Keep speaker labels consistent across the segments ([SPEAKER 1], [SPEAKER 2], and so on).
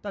[SPEAKER 1] 大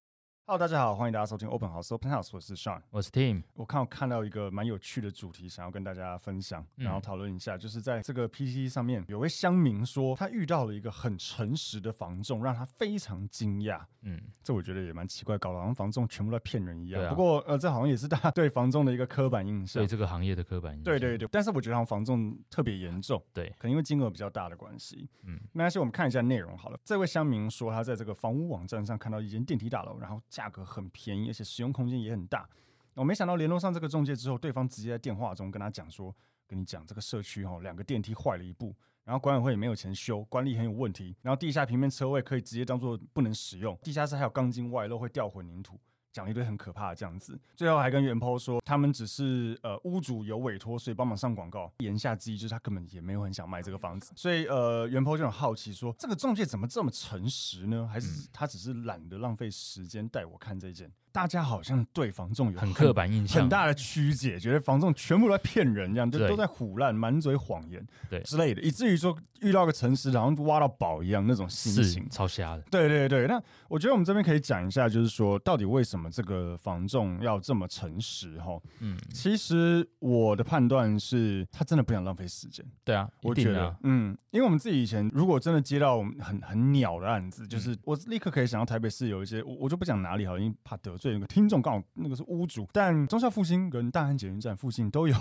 [SPEAKER 1] Hello，大家好，欢迎大家收听 Open House Open House，我是 Sean。
[SPEAKER 2] 我是 Tim，
[SPEAKER 1] 我看我看到一个蛮有趣的主题，想要跟大家分享，
[SPEAKER 2] 嗯
[SPEAKER 1] 然后讨论一下，就是在这个 PPT 上面，有位乡民说他遇到了一个很诚实的房仲，让他非常惊讶。
[SPEAKER 2] 嗯，
[SPEAKER 1] 这我觉得也蛮奇怪，搞得好像房仲全部在骗人一样。
[SPEAKER 2] 对啊
[SPEAKER 1] 不过呃，这好像也是大家对房仲的一个刻板印象
[SPEAKER 2] 对。这个行业的刻板印象，
[SPEAKER 1] 啊对对对，但是我觉得好像房仲特别严重，
[SPEAKER 2] 对
[SPEAKER 1] 可能因为金额比较大的关系。嗯
[SPEAKER 2] 嗯，
[SPEAKER 1] 那先我们看一下内容好了。这位乡民说，他在这个房屋网站上看到一间电梯大楼，然后价格很便宜，而且使用空间也很大。我没想到联络上这个中介之后，对方直接在电话中跟他讲说：“跟你讲，这个社区哦，两个电梯坏了一部，然后管委会也没有钱修，管理很有问题。然后地下平面车位可以直接当做不能使用，地下室还有钢筋外露会掉混凝土。”讲了一堆很可怕的这样子，最后还跟袁抛说，他们只是呃屋主有委托，所以帮忙上广告。言下之意就是他根本也没有很想卖这个房
[SPEAKER 2] 嗯
[SPEAKER 1] 子，所以呃袁抛就很好奇说，这个中介怎么这么诚实呢？还
[SPEAKER 2] 嗯
[SPEAKER 1] 是他只是懒得浪费时间带我看这件？大家好像对房仲有
[SPEAKER 2] 很刻板印象，
[SPEAKER 1] 很大的曲解，觉得房仲全部都在骗人，这样就
[SPEAKER 2] 嗯对
[SPEAKER 1] 都在唬烂，满嘴谎言，
[SPEAKER 2] 对
[SPEAKER 1] 之类的，以至于说遇到个诚实，然后挖到宝一样那种心
[SPEAKER 2] 是
[SPEAKER 1] 情。
[SPEAKER 2] 超瞎的，
[SPEAKER 1] 对对对，那我觉得我们这边可以讲一下，就是说到底为什么这个房仲要这么诚实？哈，
[SPEAKER 2] 嗯，
[SPEAKER 1] 其实我的判断是他真的不想浪费时间。
[SPEAKER 2] 对啊，一
[SPEAKER 1] 我觉
[SPEAKER 2] 定
[SPEAKER 1] 得
[SPEAKER 2] 啊，，
[SPEAKER 1] 嗯，因为我们自己以前如果真的接到我们很很鸟的案
[SPEAKER 2] 嗯
[SPEAKER 1] 子，就是我立刻可以想到台北市有一些，我我就不讲哪里好了，因为怕得罪那个听众，刚好那个是屋主。但中校复兴跟大安捷运站附近都有，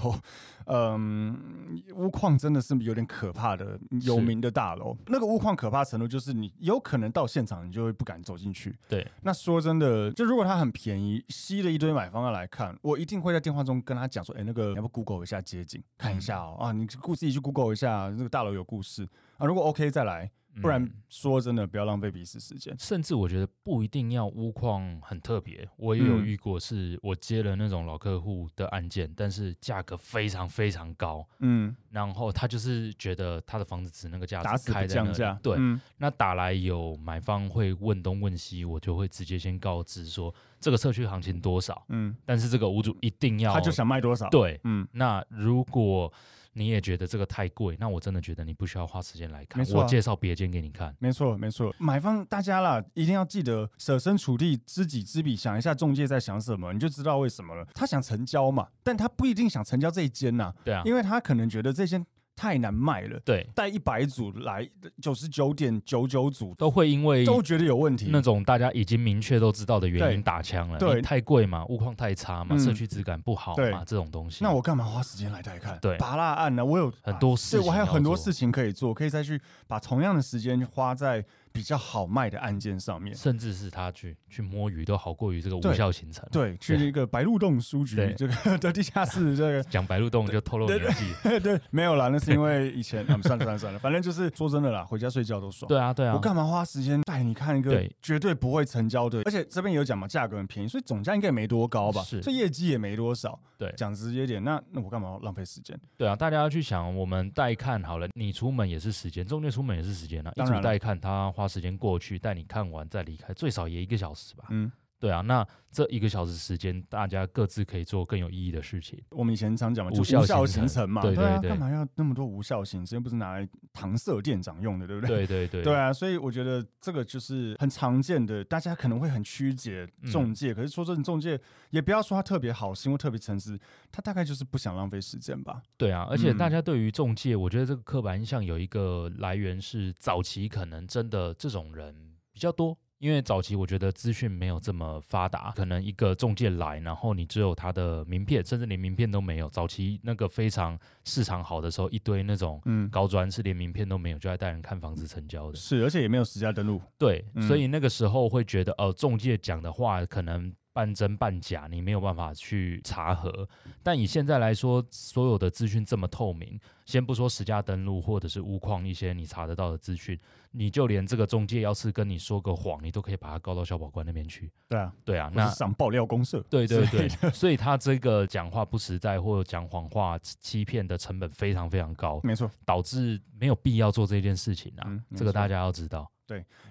[SPEAKER 1] 嗯，屋况真的是有点可怕的有
[SPEAKER 2] 是
[SPEAKER 1] 名的大楼。那个屋况可怕程度就是你有可能到现场你就会不敢走进去。
[SPEAKER 2] 对，
[SPEAKER 1] 那说真的，就如果它很便宜，吸了一堆买方要来看，我一定会在电话中跟他讲说，哎、那个你要不 Google 一下街景，看一下哦，
[SPEAKER 2] 嗯
[SPEAKER 1] 啊，你故自己去 Google 一下，那个大楼有故事啊，如果 OK 再来，不然、
[SPEAKER 2] 嗯
[SPEAKER 1] 说真的不要浪费彼此时间。
[SPEAKER 2] 甚至我觉得不一定要屋况很特别，我也有
[SPEAKER 1] 嗯
[SPEAKER 2] 遇过，是我接了那种老客户的案件，但是价格非常非常高，
[SPEAKER 1] 嗯，
[SPEAKER 2] 然后他就是觉得他的房子值那个价，
[SPEAKER 1] 打死不
[SPEAKER 2] 开在那
[SPEAKER 1] 降价
[SPEAKER 2] 里，，对，
[SPEAKER 1] 嗯
[SPEAKER 2] 那打来有买方会问东问西，我就会直接先告知说这个社区行情多少，
[SPEAKER 1] 嗯，
[SPEAKER 2] 但是这个屋主一定要
[SPEAKER 1] 他就想卖多少？，
[SPEAKER 2] 对。
[SPEAKER 1] 嗯，
[SPEAKER 2] 那如果你也觉得这个太贵，那我真的觉得你不需要花时间来看
[SPEAKER 1] 没，错啊
[SPEAKER 2] 我介绍别间给你看。
[SPEAKER 1] 没错，没错，买方大家啦，一定要记得舍身处地、知己知彼，想一下中介在想什么，你就知道为什么了。他想成交嘛，但他不一定想成交这一间呐、
[SPEAKER 2] 对啊，
[SPEAKER 1] 因为他可能觉得这间太难卖了，
[SPEAKER 2] 对，
[SPEAKER 1] 带一百组来九十九点九九组
[SPEAKER 2] 都会因为
[SPEAKER 1] 都觉得有问题。
[SPEAKER 2] 那种大家已经明确都知道的原
[SPEAKER 1] 对
[SPEAKER 2] 因打枪了，
[SPEAKER 1] 对
[SPEAKER 2] 你太贵嘛，物况太差嘛，
[SPEAKER 1] 嗯
[SPEAKER 2] 社区质感不好
[SPEAKER 1] 对
[SPEAKER 2] 嘛，这种东西。
[SPEAKER 1] 那我干嘛花时间来带看？
[SPEAKER 2] 对
[SPEAKER 1] 拔蜡案呢、我有
[SPEAKER 2] 很多事
[SPEAKER 1] 对我还有
[SPEAKER 2] 情
[SPEAKER 1] 很
[SPEAKER 2] 要
[SPEAKER 1] 多
[SPEAKER 2] 做
[SPEAKER 1] 事情可以做，可以再去把同样的时间花在比较好卖的案件上面。
[SPEAKER 2] 甚至是他去去摸鱼都好过于这个
[SPEAKER 1] 对
[SPEAKER 2] 无效行程。啊
[SPEAKER 1] 对，去那个白鹿洞书局
[SPEAKER 2] 对
[SPEAKER 1] 这个 的地下室这个
[SPEAKER 2] 讲白鹿洞就透露年纪，
[SPEAKER 1] 对，没有啦，那是因为以前，啊、 算了算了算了，反正就是说真的啦，回家睡觉都爽。
[SPEAKER 2] 对啊对啊
[SPEAKER 1] 我，干嘛花时间带你看一个
[SPEAKER 2] 对
[SPEAKER 1] 绝对不会成交的？而且这边有讲嘛，价格很便宜，所以总价应该也没多高吧？
[SPEAKER 2] 是
[SPEAKER 1] 所以业绩也没多少。
[SPEAKER 2] 对
[SPEAKER 1] 讲直接点，那那我干嘛要浪费时间？
[SPEAKER 2] 对啊，大家要去想，我们带看好了，你出门也是时间，中介出门也是时间啊，一
[SPEAKER 1] 当然了
[SPEAKER 2] 组带看他花时间过去带你看完再离开，最少也一个小时吧。
[SPEAKER 1] 嗯，
[SPEAKER 2] 对啊，那这一个小时时间，大家各自可以做更有意义的事情。
[SPEAKER 1] 我们以前常讲嘛，就
[SPEAKER 2] 无效
[SPEAKER 1] 无效
[SPEAKER 2] 行程
[SPEAKER 1] 行程嘛，
[SPEAKER 2] 对
[SPEAKER 1] 对啊，
[SPEAKER 2] 对对
[SPEAKER 1] 干嘛要那么多无效行程？又不是拿来搪塞店长用的，对不 对？
[SPEAKER 2] 对对对，
[SPEAKER 1] 对啊，所以我觉得这个就是很常见的，大家可能会很曲解
[SPEAKER 2] 嗯
[SPEAKER 1] 中介。可是说真的，中介也不要说他特别好心或特别诚实，他大概就是不想浪费时间吧。
[SPEAKER 2] 对啊，而且大
[SPEAKER 1] 嗯
[SPEAKER 2] 家对于中介，我觉得这个刻板印象有一个来源是早期可能真的这种人比较多，因为早期我觉得资讯没有这么发达，可能一个中介来，然后你只有他的名片，甚至连名片都没有。早期那个非常市场好的时候，一堆那种
[SPEAKER 1] 嗯，
[SPEAKER 2] 高专是连名片都没有，就在带人看房子成交的。
[SPEAKER 1] 是，而且也没有实价登录。
[SPEAKER 2] 对，
[SPEAKER 1] 嗯
[SPEAKER 2] 所以那个时候会觉得，呃，中介讲的话可能半真半假，你没有办法去查核。但以现在来说，所有的资讯这么透明，先不说实价登录或者是屋况一些你查得到的资讯，你就连这个中介要是跟你说个谎，你都可以把他告到消保官那边去。
[SPEAKER 1] 对啊，
[SPEAKER 2] 对啊，
[SPEAKER 1] 那
[SPEAKER 2] 那
[SPEAKER 1] 是上爆料公社。
[SPEAKER 2] 对对
[SPEAKER 1] 之类
[SPEAKER 2] 对，所以他这个讲话不实在或者讲谎话、欺骗的成本非常非常高，
[SPEAKER 1] 没错，
[SPEAKER 2] 导致没有必要做这件事情啊。
[SPEAKER 1] 嗯没
[SPEAKER 2] 这个
[SPEAKER 1] 错
[SPEAKER 2] 大家要知道。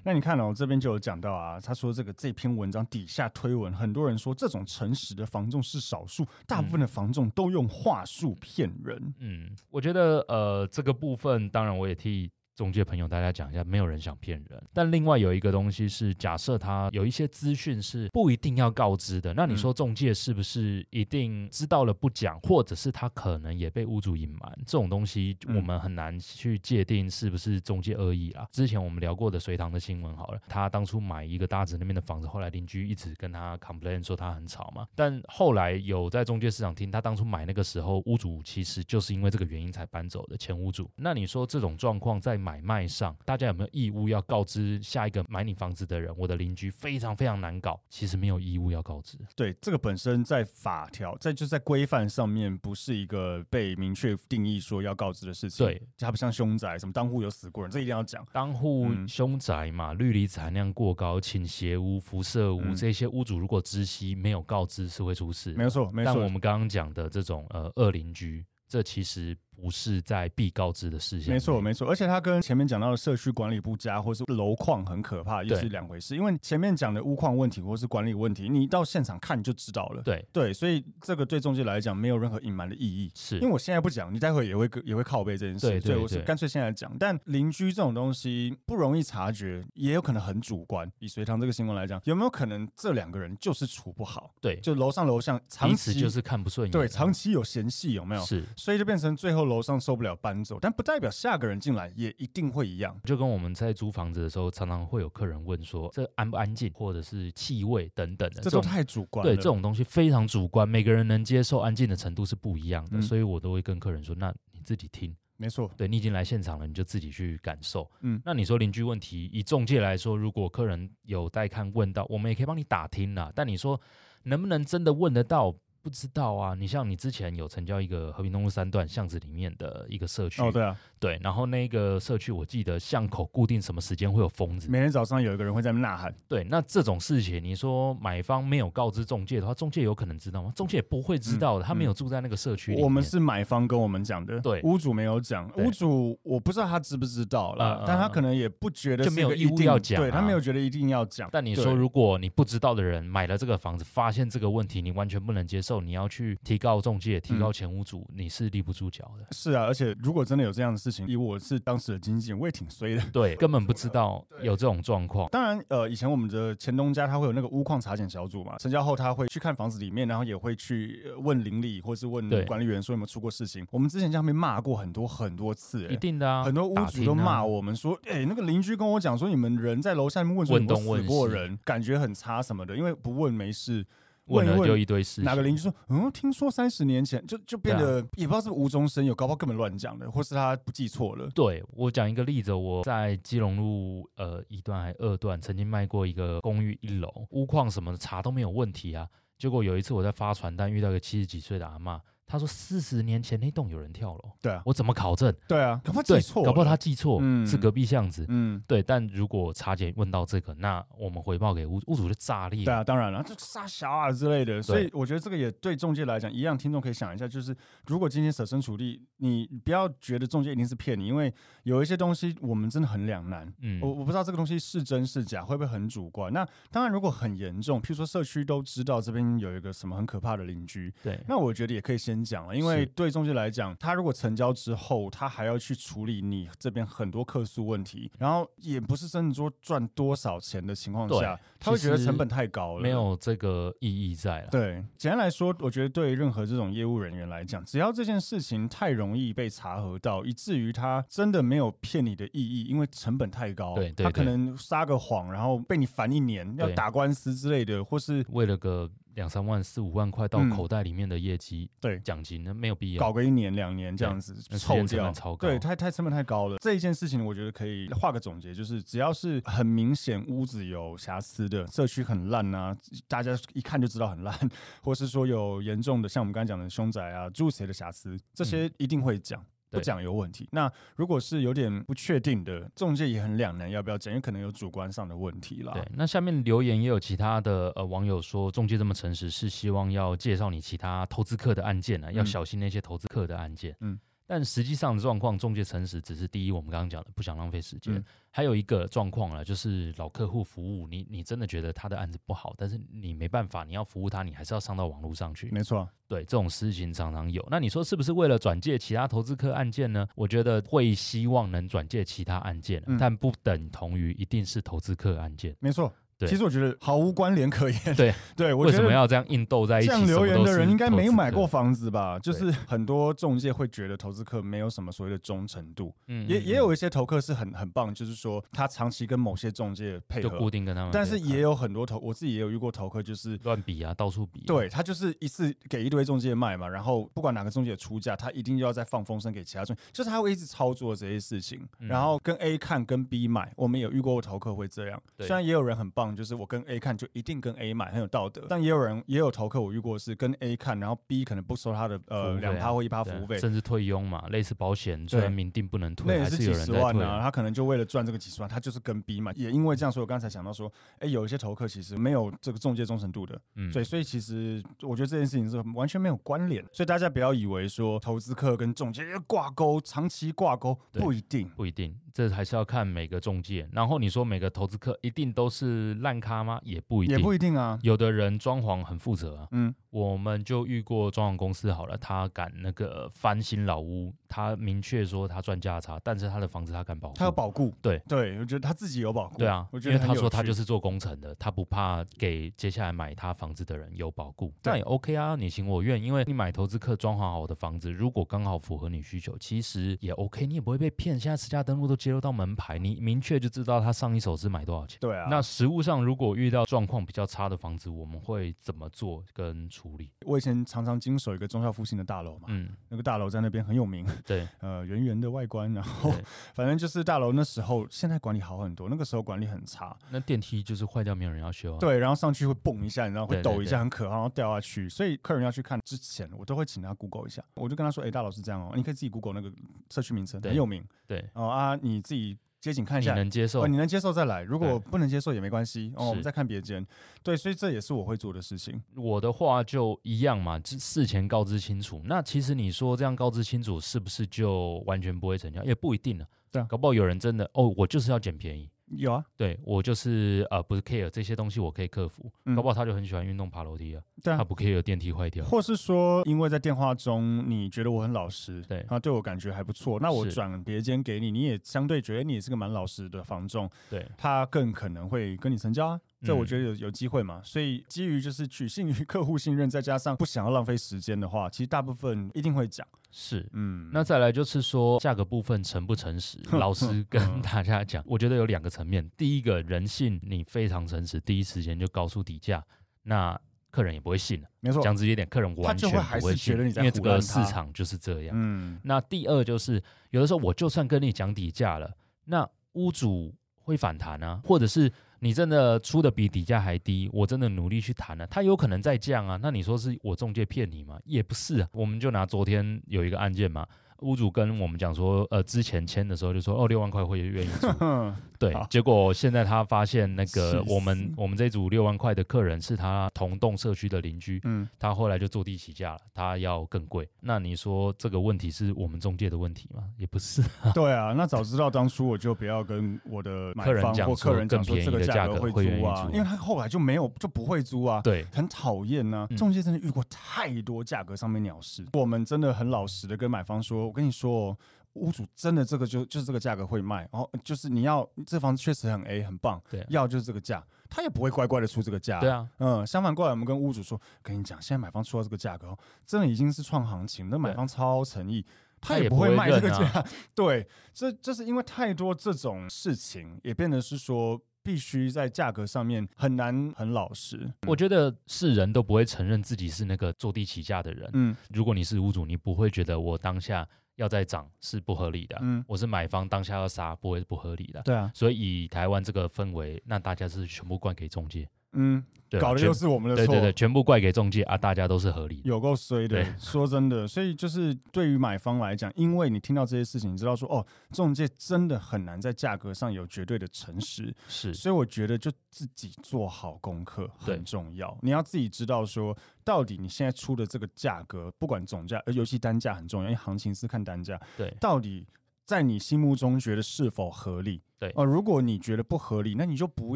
[SPEAKER 1] 那你看哦，这边就有讲到啊，他说这个这篇文章底下推文，很多人说这种诚实的房仲是少数，大部分的房仲都用话术骗人。
[SPEAKER 2] 嗯，我觉得呃这个部分，当然我也替中介朋友大家讲一下，没有人想骗人。但另外有一个东西是，假设他有一些资讯是不一定要告知的，那你
[SPEAKER 1] 嗯
[SPEAKER 2] 说中介是不是一定知道了不讲，或者是他可能也被屋主隐瞒？这种东西
[SPEAKER 1] 嗯
[SPEAKER 2] 我们很难去界定是不是中介恶意啊。之前我们聊过的隋唐的新闻好了，他当初买一个大直那边的房子，后来邻居一直跟他 complain 说他很吵嘛，但后来有在中介市场听，他当初买那个时候，屋主其实就是因为这个原因才搬走的前屋主。那你说这种状况在买卖上，大家有没有义务要告知下一个买你房子的人，我的邻居非常非常难搞？其实没有义务要告知。
[SPEAKER 1] 对，这个本身在法条在就是在规范上面不是一个被明确定义说要告知的事情。
[SPEAKER 2] 对，
[SPEAKER 1] 它不像凶宅什么当户有死过人，这一定要讲。
[SPEAKER 2] 当户
[SPEAKER 1] 嗯
[SPEAKER 2] 凶宅嘛，氯离子含量过高、倾斜屋、辐射屋、
[SPEAKER 1] 嗯
[SPEAKER 2] 这些屋主如果知悉没有告知是会出事的。
[SPEAKER 1] 没有错，没
[SPEAKER 2] 啊但我
[SPEAKER 1] 错，
[SPEAKER 2] 们刚刚讲的这种呃恶邻居，这其实不是在必告知的事项。
[SPEAKER 1] 没错，没错。而且它跟前面讲到的社区管理不佳或是楼况很可怕又
[SPEAKER 2] 对
[SPEAKER 1] 是两回事，因为前面讲的屋况问题或是管理问题，你到现场看就知道了。
[SPEAKER 2] 对，
[SPEAKER 1] 对，所以这个对中介来讲没有任何隐瞒的意义。
[SPEAKER 2] 是
[SPEAKER 1] 因为我现在不讲，你待会也会跟也会靠背这件事，
[SPEAKER 2] 对对
[SPEAKER 1] 所以我是
[SPEAKER 2] 对
[SPEAKER 1] 干脆现在讲。但邻居这种东西不容易察觉，也有可能很主观。以隋唐这个新闻来讲，有没有可能这两个人就是处不好，
[SPEAKER 2] 对，
[SPEAKER 1] 就楼上楼下长
[SPEAKER 2] 彼此
[SPEAKER 1] 期
[SPEAKER 2] 就是看不顺眼啊，
[SPEAKER 1] 对长期有嫌隙，有没有？
[SPEAKER 2] 是。
[SPEAKER 1] 所以就变成最后楼上受不了搬走，但不代表下个人进来也一定会一样。
[SPEAKER 2] 就跟我们在租房子的时候，常常会有客人问说这安不安静，或者是气味等等的，
[SPEAKER 1] 这都
[SPEAKER 2] 种
[SPEAKER 1] 太主观了。
[SPEAKER 2] 对这种东西非常主观，每个人能接受安静的程度是不一样的，
[SPEAKER 1] 嗯
[SPEAKER 2] 所以我都会跟客人说，那你自己听，
[SPEAKER 1] 没错，
[SPEAKER 2] 对你已经来现场了，你就自己去感受。
[SPEAKER 1] 嗯
[SPEAKER 2] 那你说邻居问题，以中介来说，如果客人有带看问到，我们也可以帮你打听啦。但你说能不能真的问得到？不知道啊，你像你之前有成交一个和平东路三段巷子里面的一个社区，
[SPEAKER 1] 哦，对啊，
[SPEAKER 2] 对然后那个社区我记得巷口固定什么时间会有疯子，
[SPEAKER 1] 每天早上有一个人会在那边呐喊，
[SPEAKER 2] 对，那这种事情你说买方没有告知中介的话，中介有可能知道吗？中介也不会知道的，他没有住在那个社区里
[SPEAKER 1] 嗯
[SPEAKER 2] 面，
[SPEAKER 1] 我们是买方跟我们讲的，
[SPEAKER 2] 对
[SPEAKER 1] 屋主没有讲，
[SPEAKER 2] 对
[SPEAKER 1] 屋主我不知道他知不知道啦
[SPEAKER 2] 嗯，嗯
[SPEAKER 1] 但他可能也不觉得
[SPEAKER 2] 就是没有
[SPEAKER 1] 一个
[SPEAKER 2] 义务
[SPEAKER 1] 一定
[SPEAKER 2] 要讲啊
[SPEAKER 1] 对他没有觉得一定要讲。
[SPEAKER 2] 但你
[SPEAKER 1] 对
[SPEAKER 2] 说，如果你不知道的人买了这个房子，发现这个问题，你完全不能接受，你要去提告中介、提
[SPEAKER 1] 嗯
[SPEAKER 2] 告前屋主，你是立不住脚的。
[SPEAKER 1] 是啊，而且如果真的有这样的事情，以我是当时的经纪人，我也挺衰的。
[SPEAKER 2] 对，根本不知道有这种状况。
[SPEAKER 1] 当然，呃，以前我们的前东家他会有那个屋况查检小组嘛，成交后他会去看房子里面，然后也会去呃问邻里或是问
[SPEAKER 2] 对
[SPEAKER 1] 管理员说有没有出过事情。我们之前这样被骂过很多很多次、欸
[SPEAKER 2] 一定的啊，
[SPEAKER 1] 很多屋主都
[SPEAKER 2] 打听啊
[SPEAKER 1] 骂我们说，哎、那个邻居跟我讲说，你们人在楼下面问说
[SPEAKER 2] 问
[SPEAKER 1] 你有没
[SPEAKER 2] 东
[SPEAKER 1] 有
[SPEAKER 2] 问
[SPEAKER 1] 死过
[SPEAKER 2] 西
[SPEAKER 1] 人，感觉很差什么的，因为不问没事，
[SPEAKER 2] 问
[SPEAKER 1] 一
[SPEAKER 2] 了就
[SPEAKER 1] 问。
[SPEAKER 2] 一堆事情。
[SPEAKER 1] 哪个邻居说，嗯，听说三十年前就就变
[SPEAKER 2] 对啊
[SPEAKER 1] 得、也不知道是不是无中生有，搞不好根本乱讲的，或是他不记错了。
[SPEAKER 2] 对我讲一个例子，我在基隆路呃一段还二段曾经卖过一个公寓一楼，屋况什么的查都没有问题啊。结果有一次我在发传单遇到一个七十几岁的阿嬷，他说四十年前那栋有人跳楼，
[SPEAKER 1] 对啊，
[SPEAKER 2] 我怎么考证？
[SPEAKER 1] 对啊，搞不好记
[SPEAKER 2] 对，
[SPEAKER 1] 错了，
[SPEAKER 2] 搞不好他记错，
[SPEAKER 1] 嗯
[SPEAKER 2] 是隔壁巷子。
[SPEAKER 1] 嗯，
[SPEAKER 2] 对，但如果茶姐问到这个，那我们回报给屋屋主就炸裂。
[SPEAKER 1] 对啊，当然了，就杀小啊之类的，所以我觉得这个也对中介来讲，一样听众可以想一下，就是如果今天设身处地，你不要觉得中介一定是骗你，因为有一些东西我们真的很两难。
[SPEAKER 2] 嗯，
[SPEAKER 1] 我我不知道这个东西是真是假，会不会很主观？那当然，如果很严重，譬如说社区都知道这边有一个什么很可怕的邻居，
[SPEAKER 2] 对，
[SPEAKER 1] 那我觉得也可以先讲了，因为
[SPEAKER 2] 是
[SPEAKER 1] 对中介来讲，他如果成交之后，他还要去处理你这边很多客诉问题，然后也不是真的说赚多少钱的情况下
[SPEAKER 2] 对，
[SPEAKER 1] 他会觉得
[SPEAKER 2] 其实
[SPEAKER 1] 成本太高了，
[SPEAKER 2] 没。有这个意义在了。
[SPEAKER 1] 对，简单来说，我觉得对于任何这种业务人员来讲，只要这件事情太容易被查核到，以至于他真的没有骗你的意义，因为成本太高，
[SPEAKER 2] 对对
[SPEAKER 1] 他可
[SPEAKER 2] 对
[SPEAKER 1] 能撒个谎，然后被你烦一年，要
[SPEAKER 2] 对
[SPEAKER 1] 打官司之类的，或是
[SPEAKER 2] 为了个两三万、四五万块到
[SPEAKER 1] 嗯
[SPEAKER 2] 口袋里面的业绩、
[SPEAKER 1] 对
[SPEAKER 2] 奖金，那没有必要。
[SPEAKER 1] 搞个一年两年这
[SPEAKER 2] 对
[SPEAKER 1] 样子
[SPEAKER 2] 那时
[SPEAKER 1] 凑
[SPEAKER 2] 间成
[SPEAKER 1] 掉
[SPEAKER 2] 本，超高
[SPEAKER 1] 对，太太成本太高了。这一件事情，我觉得可以画个总结，就是只要是很明显屋子有瑕疵的，社区很烂啊，大家一看就知道很烂， 或是说有严重的，像我们刚才讲的凶宅啊，诸如此类的瑕疵，这些一定会讲。不
[SPEAKER 2] 嗯对
[SPEAKER 1] 讲有问题。那如果是有点不确定的，中介也很两难要不要讲，因为可能有主观上的问题啦。
[SPEAKER 2] 对，那下面留言也有其他的呃网友说，中介这么诚实是希望要介绍你其他投资客的案件啊，要
[SPEAKER 1] 嗯
[SPEAKER 2] 小心那些投资客的案件。
[SPEAKER 1] 嗯
[SPEAKER 2] 嗯，但实际上的状况，中介诚实只是第一，我们刚刚讲的不想浪费时间，
[SPEAKER 1] 嗯
[SPEAKER 2] 还有一个状况了，就是老客户服务，你你真的觉得他的案子不好，但是你没办法，你要服务他，你还是要上到网络上去。
[SPEAKER 1] 没错，
[SPEAKER 2] 对，这种事情常常有。那你说是不是为了转介其他投资客案件呢？我觉得会希望能转介其他案件，啊
[SPEAKER 1] 嗯
[SPEAKER 2] 但不等同于一定是投资客案件。
[SPEAKER 1] 没错。
[SPEAKER 2] 对
[SPEAKER 1] 其实我觉得毫无关联可言。
[SPEAKER 2] 对，
[SPEAKER 1] 对我
[SPEAKER 2] 为
[SPEAKER 1] 觉
[SPEAKER 2] 什
[SPEAKER 1] 得
[SPEAKER 2] 么要这样硬斗在一起？
[SPEAKER 1] 这样留言的人应该没买过
[SPEAKER 2] 什么
[SPEAKER 1] 房子吧？就是很多中介会觉得投资客没有什么所谓的忠诚度，
[SPEAKER 2] 都是投资客，嗯
[SPEAKER 1] 也
[SPEAKER 2] 嗯
[SPEAKER 1] 也
[SPEAKER 2] 嗯
[SPEAKER 1] 有一些投客是很很棒，就是说他长期跟某些中介配
[SPEAKER 2] 就固
[SPEAKER 1] 合，
[SPEAKER 2] 定嗯跟他们配
[SPEAKER 1] 但
[SPEAKER 2] 合，
[SPEAKER 1] 是也有很多投，我自己也有遇过投客，就是
[SPEAKER 2] 乱比啊，到处比、啊。
[SPEAKER 1] 对他就是一次给一堆中介卖嘛，然后不管哪个中介出价，他一定要再放风声给其他中介，就是他会一直操作这些事情，
[SPEAKER 2] 嗯
[SPEAKER 1] 然后跟 A 看跟 B 买，我们有遇过投客会这样，
[SPEAKER 2] 对
[SPEAKER 1] 虽然也有人很棒，就是我跟 A 看就一定跟 A 买，很有道德，但也有人也有投客我遇过是跟 A 看，然后 B 可能不收他的
[SPEAKER 2] 服
[SPEAKER 1] 呃
[SPEAKER 2] 务费啊
[SPEAKER 1] 两趴或一趴服
[SPEAKER 2] 对啊
[SPEAKER 1] 务费。
[SPEAKER 2] 甚至退佣嘛，类似保险，虽然明定不能
[SPEAKER 1] 那
[SPEAKER 2] 退，
[SPEAKER 1] 也
[SPEAKER 2] 还
[SPEAKER 1] 是
[SPEAKER 2] 有
[SPEAKER 1] 几
[SPEAKER 2] 人
[SPEAKER 1] 十
[SPEAKER 2] 在
[SPEAKER 1] 万
[SPEAKER 2] 退
[SPEAKER 1] 啊，
[SPEAKER 2] 啊。
[SPEAKER 1] 他可能就为了赚这个几十万，他就是跟 B 买，也因为这样，所以我刚才才想到说，哎，有一些投客其实没有这个中介忠诚度的，
[SPEAKER 2] 嗯，
[SPEAKER 1] 对，所以其实我觉得这件事情是完全没有关联，所以大家不要以为说投资客跟中介挂钩，长期挂钩
[SPEAKER 2] 对
[SPEAKER 1] 不一定。
[SPEAKER 2] 不一定，这还是要看每个中介。然后你说每个投资客一定都是烂咖吗？也不一定，
[SPEAKER 1] 也不一定啊，
[SPEAKER 2] 有的人装潢很负责啊，
[SPEAKER 1] 嗯，
[SPEAKER 2] 我们就遇过装潢公司好了，他敢那个翻新老屋，他明确说他赚价差，但是他的房子他敢保护，啊
[SPEAKER 1] 他有保固，
[SPEAKER 2] 对
[SPEAKER 1] 对，我觉得他自己有保固，
[SPEAKER 2] 对啊，
[SPEAKER 1] 我觉
[SPEAKER 2] 因
[SPEAKER 1] 得
[SPEAKER 2] 为
[SPEAKER 1] 很
[SPEAKER 2] 他
[SPEAKER 1] 有
[SPEAKER 2] 说他
[SPEAKER 1] 趣
[SPEAKER 2] 就是做工程的，他不怕给接下来买他房子的人有保固，那也 OK 啊，你情我愿，因为你买投资客装潢好的房子，如果刚好符合你需求，其实也 OK，你也不会被骗。现在实价登录都揭露到门牌，你明确就知道他上一手是买多少钱。
[SPEAKER 1] 对啊。
[SPEAKER 2] 那实物上，如果遇到状况比较差的房子，我们会怎么做跟处理？
[SPEAKER 1] 我以前常常经手一个中校复兴的大楼嘛，
[SPEAKER 2] 嗯，
[SPEAKER 1] 那个大楼在那边很有名，
[SPEAKER 2] 对，
[SPEAKER 1] 呃，圆圆的外观，然后
[SPEAKER 2] 对
[SPEAKER 1] 反正就是大楼那时候现在管理好很多，那个时候管理很差，
[SPEAKER 2] 那电梯就是坏掉，没有人要修啊。
[SPEAKER 1] 对，然后上去会蹦一下，然后会
[SPEAKER 2] 对对
[SPEAKER 1] 抖一
[SPEAKER 2] 对
[SPEAKER 1] 下，很可怕，然后掉下去。所以客人要去看之前，我都会请他 Google 一下。我就跟他说：“哎，大佬是这样哦，你可以自己 Google 那个社区名称，
[SPEAKER 2] 对
[SPEAKER 1] 很有名
[SPEAKER 2] 对，
[SPEAKER 1] 哦啊，你自己街景看一
[SPEAKER 2] 你
[SPEAKER 1] 下。”
[SPEAKER 2] 能接受
[SPEAKER 1] 哦，？你能接受再来，如果
[SPEAKER 2] 对
[SPEAKER 1] 不能接受也没关系哦，我们
[SPEAKER 2] 是
[SPEAKER 1] 再看别间。对，所以这也是我会做的事情。
[SPEAKER 2] 我的话就一样嘛，就事前告知清楚。那其实你说这样告知清楚，是不是就完全不会成交？也不一定呢、
[SPEAKER 1] 对啊
[SPEAKER 2] 搞不好有人真的哦，我就是要捡便宜，
[SPEAKER 1] 有啊，
[SPEAKER 2] 对我就是呃不是 care 这些东西，我可以克服。
[SPEAKER 1] 嗯
[SPEAKER 2] 搞不好他就很喜欢运动爬楼梯啊，
[SPEAKER 1] 对
[SPEAKER 2] 他
[SPEAKER 1] 啊，
[SPEAKER 2] 不 care 电梯坏掉。
[SPEAKER 1] 或是说，因为在电话中你觉得我很老实，
[SPEAKER 2] 对
[SPEAKER 1] 啊，对我感觉还不错，那我
[SPEAKER 2] 是
[SPEAKER 1] 转别间给你，你也相对觉得你也是个蛮老实的房仲，
[SPEAKER 2] 对，
[SPEAKER 1] 他更可能会跟你成交啊。这
[SPEAKER 2] 嗯
[SPEAKER 1] 我觉得有有机会嘛，所以基于就是取信于客户信任，再加上不想要浪费时间的话，其实大部分一定会讲。
[SPEAKER 2] 是。
[SPEAKER 1] 嗯，
[SPEAKER 2] 那再来就是说价格部分诚不诚实，老实跟大家讲，我觉得有两个层面。第一个人性，你非常诚实，第一时间就告诉底价，那客人也不会信了。啊
[SPEAKER 1] 没错，
[SPEAKER 2] 讲直接点，客人完
[SPEAKER 1] 他就
[SPEAKER 2] 全不
[SPEAKER 1] 会还是
[SPEAKER 2] 会
[SPEAKER 1] 觉
[SPEAKER 2] 信，
[SPEAKER 1] 得你在
[SPEAKER 2] 因为这
[SPEAKER 1] 胡
[SPEAKER 2] 个
[SPEAKER 1] 乱他
[SPEAKER 2] 市场就是这样。
[SPEAKER 1] 嗯，
[SPEAKER 2] 那第二就是，有的时候我就算跟你讲底价了，那屋主会反弹啊，或者是你真的出的比底价还低，我真的努力去谈了、他有可能再降啊。那你说是我中介骗你吗？也不是啊。我们就拿昨天有一个案件嘛，屋主跟我们讲说，呃，之前签的时候就说哦六万块会愿 意租，
[SPEAKER 1] 哼，
[SPEAKER 2] 对
[SPEAKER 1] 好，
[SPEAKER 2] 结果现在他发现那个
[SPEAKER 1] 气死
[SPEAKER 2] 我们我们这组六万块的客人是他同栋社区的邻居，
[SPEAKER 1] 嗯，
[SPEAKER 2] 他后来就坐地起价了，他要更贵。那你说这个问题是我们中介的问题吗？也 不是，
[SPEAKER 1] 对啊，那早知道当初我就不要跟我的买
[SPEAKER 2] 客人
[SPEAKER 1] 方
[SPEAKER 2] 讲
[SPEAKER 1] 或客
[SPEAKER 2] 说
[SPEAKER 1] 人讲
[SPEAKER 2] 更
[SPEAKER 1] 说
[SPEAKER 2] 便
[SPEAKER 1] 这
[SPEAKER 2] 宜
[SPEAKER 1] 个
[SPEAKER 2] 的价
[SPEAKER 1] 价
[SPEAKER 2] 格
[SPEAKER 1] 会
[SPEAKER 2] 会愿意
[SPEAKER 1] 租啊，
[SPEAKER 2] 租
[SPEAKER 1] 因为他后来就没有就不会租啊，
[SPEAKER 2] 对，
[SPEAKER 1] 很讨厌呢
[SPEAKER 2] 嗯。
[SPEAKER 1] 中介真的遇过太多价格上面鸟事，我们真的很老实的跟买方说，我跟你说、哦。屋主真的这个就就是这个价格会卖，然、后就是你要这房子确实很 A 很棒，
[SPEAKER 2] 对啊
[SPEAKER 1] 要就是这个价，他也不会乖乖的出这个价、
[SPEAKER 2] 对，啊，
[SPEAKER 1] 嗯，相反过来我们跟屋主说，跟你讲，现在买方出到这个价格、哦，真的已经是创行情，那买
[SPEAKER 2] 对
[SPEAKER 1] 方超诚意，
[SPEAKER 2] 他
[SPEAKER 1] 他
[SPEAKER 2] 也
[SPEAKER 1] 也不
[SPEAKER 2] 不
[SPEAKER 1] 会
[SPEAKER 2] 会
[SPEAKER 1] 卖这个
[SPEAKER 2] 认
[SPEAKER 1] 价
[SPEAKER 2] 啊。
[SPEAKER 1] 对，这这是因为太多这种事情，也变得是说必须在价格上面很难很老实。
[SPEAKER 2] 我觉得是人都不会承认自己是那个坐地起价的人。
[SPEAKER 1] 嗯
[SPEAKER 2] 如果你是屋主，你不会觉得我当下要再涨是不合理的，
[SPEAKER 1] 嗯，
[SPEAKER 2] 我是买方当下要杀不会不合理的。
[SPEAKER 1] 对啊，
[SPEAKER 2] 所以以台湾这个氛围，那大家是全部怪给中介，
[SPEAKER 1] 嗯，
[SPEAKER 2] 对吧啊
[SPEAKER 1] 搞的
[SPEAKER 2] 全
[SPEAKER 1] 又是我们的
[SPEAKER 2] 对
[SPEAKER 1] 错。
[SPEAKER 2] 对对，全部怪给中介啊，大家都是合理的。
[SPEAKER 1] 有够衰的
[SPEAKER 2] 对，
[SPEAKER 1] 说真的，所以就是对于买方来讲，因为你听到这些事情，你知道说哦，中介真的很难在价格上有绝对的诚实，
[SPEAKER 2] 是
[SPEAKER 1] 所以我觉得就自己做好功课
[SPEAKER 2] 对
[SPEAKER 1] 很重要。你要自己知道说，到底你现在出的这个价格，不管总价，呃尤其单价很重要，因为行情是看单价，
[SPEAKER 2] 对
[SPEAKER 1] 到底在你心目中觉得是否合理？
[SPEAKER 2] 对
[SPEAKER 1] 呃，如果你觉得不合理，那你就不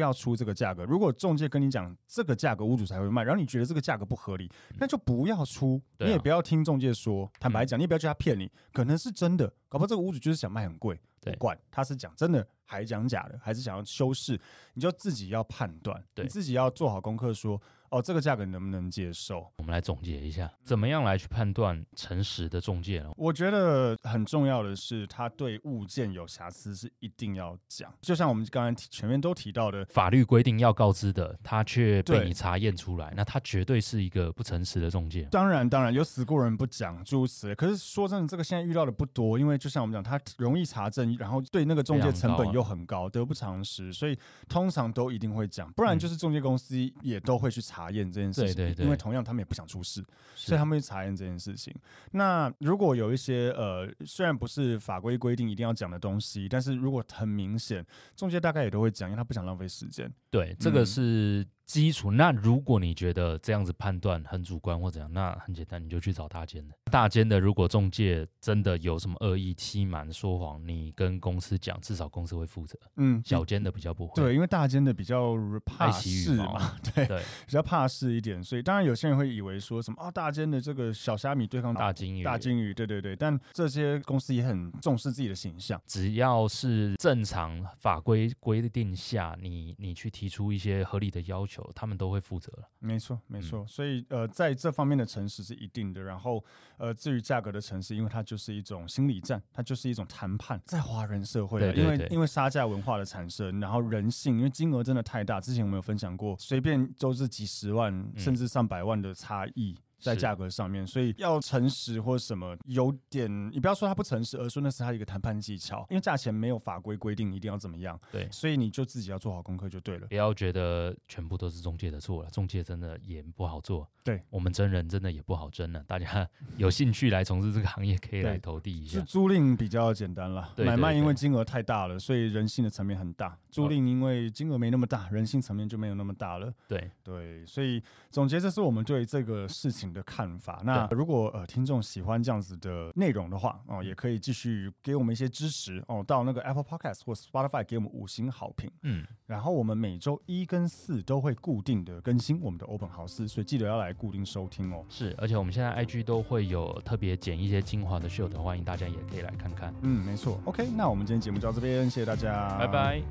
[SPEAKER 1] 要出这个价格。如果中介跟你讲这个价格屋主才会卖，然后你觉得这个价格不合理，那就不要出，
[SPEAKER 2] 嗯对啊嗯
[SPEAKER 1] 你也不要听中介说。坦白讲，你也不要觉得他骗你，可能是真的，搞不好这个屋主就是想卖很贵，不
[SPEAKER 2] 对
[SPEAKER 1] 管他是讲真的还讲假的，还是想要修饰，你就自己要判断，
[SPEAKER 2] 对
[SPEAKER 1] 你自己要做好功课说。哦，这个价格你能不能接受？
[SPEAKER 2] 我们来总结一下，怎么样来去判断诚实的中介呢？
[SPEAKER 1] 我觉得很重要的是，他对物件有瑕疵是一定要讲。就像我们刚才提前面都提到的，
[SPEAKER 2] 法律规定要告知的，他却被
[SPEAKER 1] 对
[SPEAKER 2] 你查验出来，那他绝对是一个不诚实的中介。
[SPEAKER 1] 当然当然有死过人不讲诸如此类。可是说真的，这个现在遇到的不多，因为就像我们讲，它容易查证，然后对那个中介成
[SPEAKER 2] 非常高啊
[SPEAKER 1] 本又很高，得不偿失，所以通常都一定会讲，不然就是中介公司也都会去查验这件事情。
[SPEAKER 2] 对嗯对对
[SPEAKER 1] 因为同样他们也不想出事。所
[SPEAKER 2] 是
[SPEAKER 1] 以他们去查验这件事情。那如果有一些呃，虽然不是法规规定一定要讲的东西，但是如果很明显，中介大概也都会讲，因为他不想浪费时间。
[SPEAKER 2] 对，这
[SPEAKER 1] 嗯
[SPEAKER 2] 个是基础。那如果你觉得这样子判断很主观或怎样，那很简单，你就去找大间的。大间的如果中介真的有什么恶意、欺瞒、说谎，你跟公司讲，至少公司会负责。
[SPEAKER 1] 嗯，
[SPEAKER 2] 小间的比较不会。
[SPEAKER 1] 对，因为大间的比较怕
[SPEAKER 2] 爱惜
[SPEAKER 1] 事
[SPEAKER 2] 羽毛
[SPEAKER 1] 嘛，， 对
[SPEAKER 2] 对，
[SPEAKER 1] 比较怕事一点，所以当然有些人会以为说什么啊，大间的这个小虾米对抗
[SPEAKER 2] 大金鱼，
[SPEAKER 1] 大金鱼，对对对，但这些公司也很重视自己的形象。
[SPEAKER 2] 只要是正常法规规定下，你你去提出一些合理的要求，他们都会负责了。
[SPEAKER 1] 没错，没
[SPEAKER 2] 嗯
[SPEAKER 1] 错。所以呃，在这方面的诚实是一定的。然后呃，至于价格的诚实，因为它就是一种心理战，它就是一种谈判。在华人社会啊，
[SPEAKER 2] 对对
[SPEAKER 1] 因为
[SPEAKER 2] 对
[SPEAKER 1] 因为杀价文化的产生，然后人性，因为金额真的太大，之前我们有分享过，随便都是几十万、甚至上百万的差异。在
[SPEAKER 2] 嗯是
[SPEAKER 1] 价格上面，所以要诚实或什么，有点你不要说他不诚实，而说那是他一个谈判技巧，因为价钱没有法规规定一定要怎么样，
[SPEAKER 2] 对
[SPEAKER 1] 所以你就自己要做好功课就对了。
[SPEAKER 2] 不要觉得全部都是中介的错了，中介真的也不好做。
[SPEAKER 1] 对，
[SPEAKER 2] 我们真人真的也不好争了。大 家有兴趣来从事这个行业，可以
[SPEAKER 1] 对
[SPEAKER 2] 来投递一
[SPEAKER 1] 是
[SPEAKER 2] 下。
[SPEAKER 1] 租赁比较简单了，
[SPEAKER 2] 对
[SPEAKER 1] 买卖
[SPEAKER 2] 对
[SPEAKER 1] 因为
[SPEAKER 2] 对
[SPEAKER 1] 金额太大了，所以人性的层面很大。租赁因为金额没那么大，人性层面就没有那么大了。
[SPEAKER 2] 对，
[SPEAKER 1] 对，所以总结这是我们对这个事情的看法。那如果呃听众喜欢这样子的内容的话，
[SPEAKER 2] 嗯
[SPEAKER 1] 哦、也可以继续给我们一些支持哦，到那个 Apple Podcast 或 Spotify 给我们五星好评。
[SPEAKER 2] 嗯，
[SPEAKER 1] 然后我们每周一跟四都会固定的更新我们的 Open House，所以记得要来固定收听哦。
[SPEAKER 2] 是，而且我们现在 IG 都会有特别剪一些精华的秀的，欢迎大家也可以来看看。
[SPEAKER 1] 嗯，没错。OK，那我们今天节目就到这边，谢谢大家，
[SPEAKER 2] 拜拜。